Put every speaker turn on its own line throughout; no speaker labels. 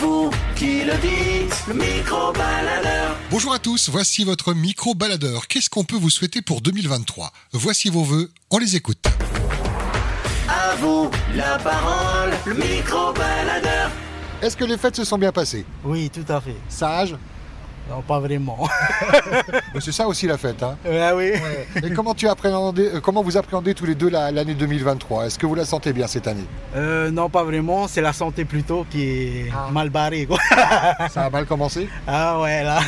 vous qui le dites, le micro-baladeur.
Bonjour à tous, voici votre micro-baladeur. Qu'est-ce qu'on peut vous souhaiter pour 2023 Voici vos voeux, on les écoute.
À vous la parole, le micro-baladeur.
Est-ce que les fêtes se sont bien passées
Oui, tout à fait.
Sage
Non, pas vraiment.
C'est ça aussi la fête. Hein
Ah oui.
Et comment, tu appréhendez, euh, comment vous appréhendez tous les deux la- l'année 2023 Est-ce que vous la sentez bien cette année
Euh, non, pas vraiment. C'est la santé plutôt qui est
Ah.
mal barrée. Quoi.
Ça a mal commencé
Ah ouais, là.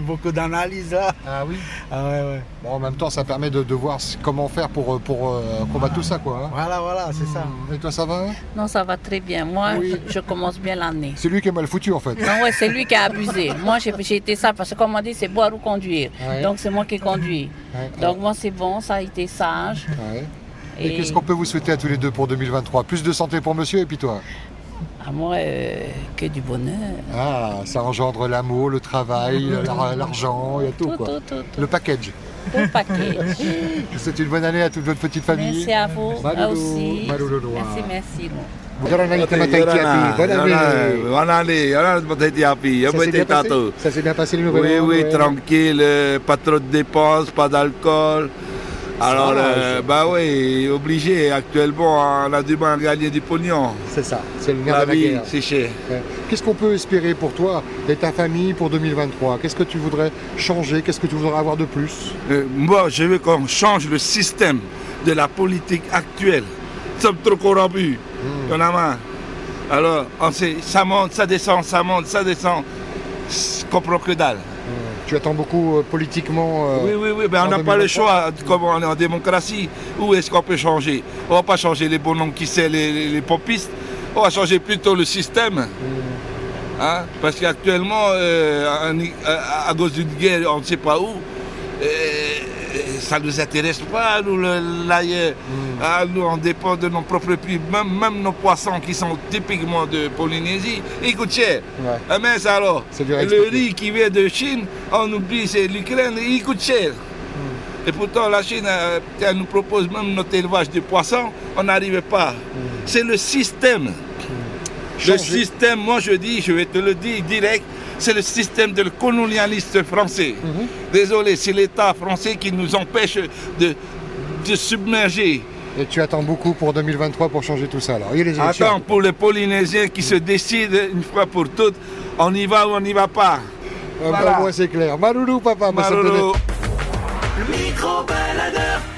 Beaucoup d'analyses là.
Ah oui.
Ah ouais, ouais.
Bon, en même temps, ça permet de, de voir ce- comment faire pour, euh, pour euh, combattre tout ça, quoi. hein.
Voilà, voilà, c'est ça.
Et toi, ça va
Non, ça va très bien. Moi,
Oui.
je commence bien l'année.
C'est lui qui est mal foutu, en fait.
Non, ouais, c'est lui qui a abusé. Moi, j'ai j'ai été ça parce que, comme on dit, c'est boire ou conduire.
Ouais.
Donc, c'est moi qui conduis.
Ouais,
Donc, moi, c'est bon, ça a été sage.
Ouais. Et,
Et,
qu'est-ce qu'on peut vous souhaiter à tous les deux pour 2023 Plus de santé pour monsieur et puis toi
à moi, euh, que du bonheur.
Ah, ça engendre l'amour, le travail, l'ar- l'argent, il y a tout,
Tout,
quoi.
tout, tout, tout,
Le package.
tout le paquet.
C'est une bonne année à toute votre petite famille.
Merci à vous, à
Malulu,
aussi.
Malulu,
Merci,
ah.
merci.
Garanayte Mataikiapi, bonne année.
Bonne année, Yolanda Matatiapi,
Ça s'est bien passé Ça s'est bien passé le nouvel
Oui,
an,
oui,
ouais.
tranquille, euh, pas trop de dépenses, pas d'alcool. Alors, euh, bah oui, obligé, actuellement, hein, on a du mal à gagner du pognon.
C'est ça, c'est le nerf
La
de la
vie,
guerre.
c'est cher.
Ouais. Qu'est-ce qu'on peut espérer pour toi et ta famille pour 2023 Qu'est-ce que tu voudrais changer Qu'est-ce que tu voudrais avoir de plus
Euh, moi, je veux qu'on change le système de la politique actuelle. Nous sommes trop corrompus.
Hmm.
On a marre. Alors, on sait, ça monte, ça descend, ça monte, ça descend. Je comprends que dalle.
Tu attends beaucoup euh, politiquement. euh,
Oui, oui, oui, ben
en
on n'a pas
2023.
le choix, comme on est en démocratie, où est-ce qu'on peut changer On va pas changer les bonhommes qui c'est, les, les, les popistes, on va changer plutôt le système. Hein, Parce qu'actuellement, euh, en I- à, à cause d'une guerre, on ne sait pas où, euh, ça ne nous intéresse pas, nous, le- l'ailleurs.
Mm.
Ah, nous, on dépend de nos propres prix, même, même nos poissons qui sont typiquement de Polynésie, ils coûtent cher.
Ouais.
Ah, mince alors,
C'est dur à
le
expliquer.
riz qui vient de Chine, on oublie, c'est l'Ukraine, il coûte cher.
Mm.
Et pourtant, la Chine, euh, elle nous propose même notre élevage de poissons, on n'arrive pas.
Mm.
C'est le système. Le
Changer.
système, moi je dis, je vais te le dire direct, c'est le système de colonialiste français. Désolé, c'est l'État français qui nous empêche de, de submerger.
Et tu attends beaucoup pour 2023 pour changer tout ça. Alors, il y a les élections.
Attends, pour les Polynésiens qui se décident une fois pour toutes, on y va ou on n'y va pas.
Ah bah,
Voilà.
moi, c'est clair. Maloulou, papa, moi, ça me donnait-
Malolo.
Le micro-baladeur.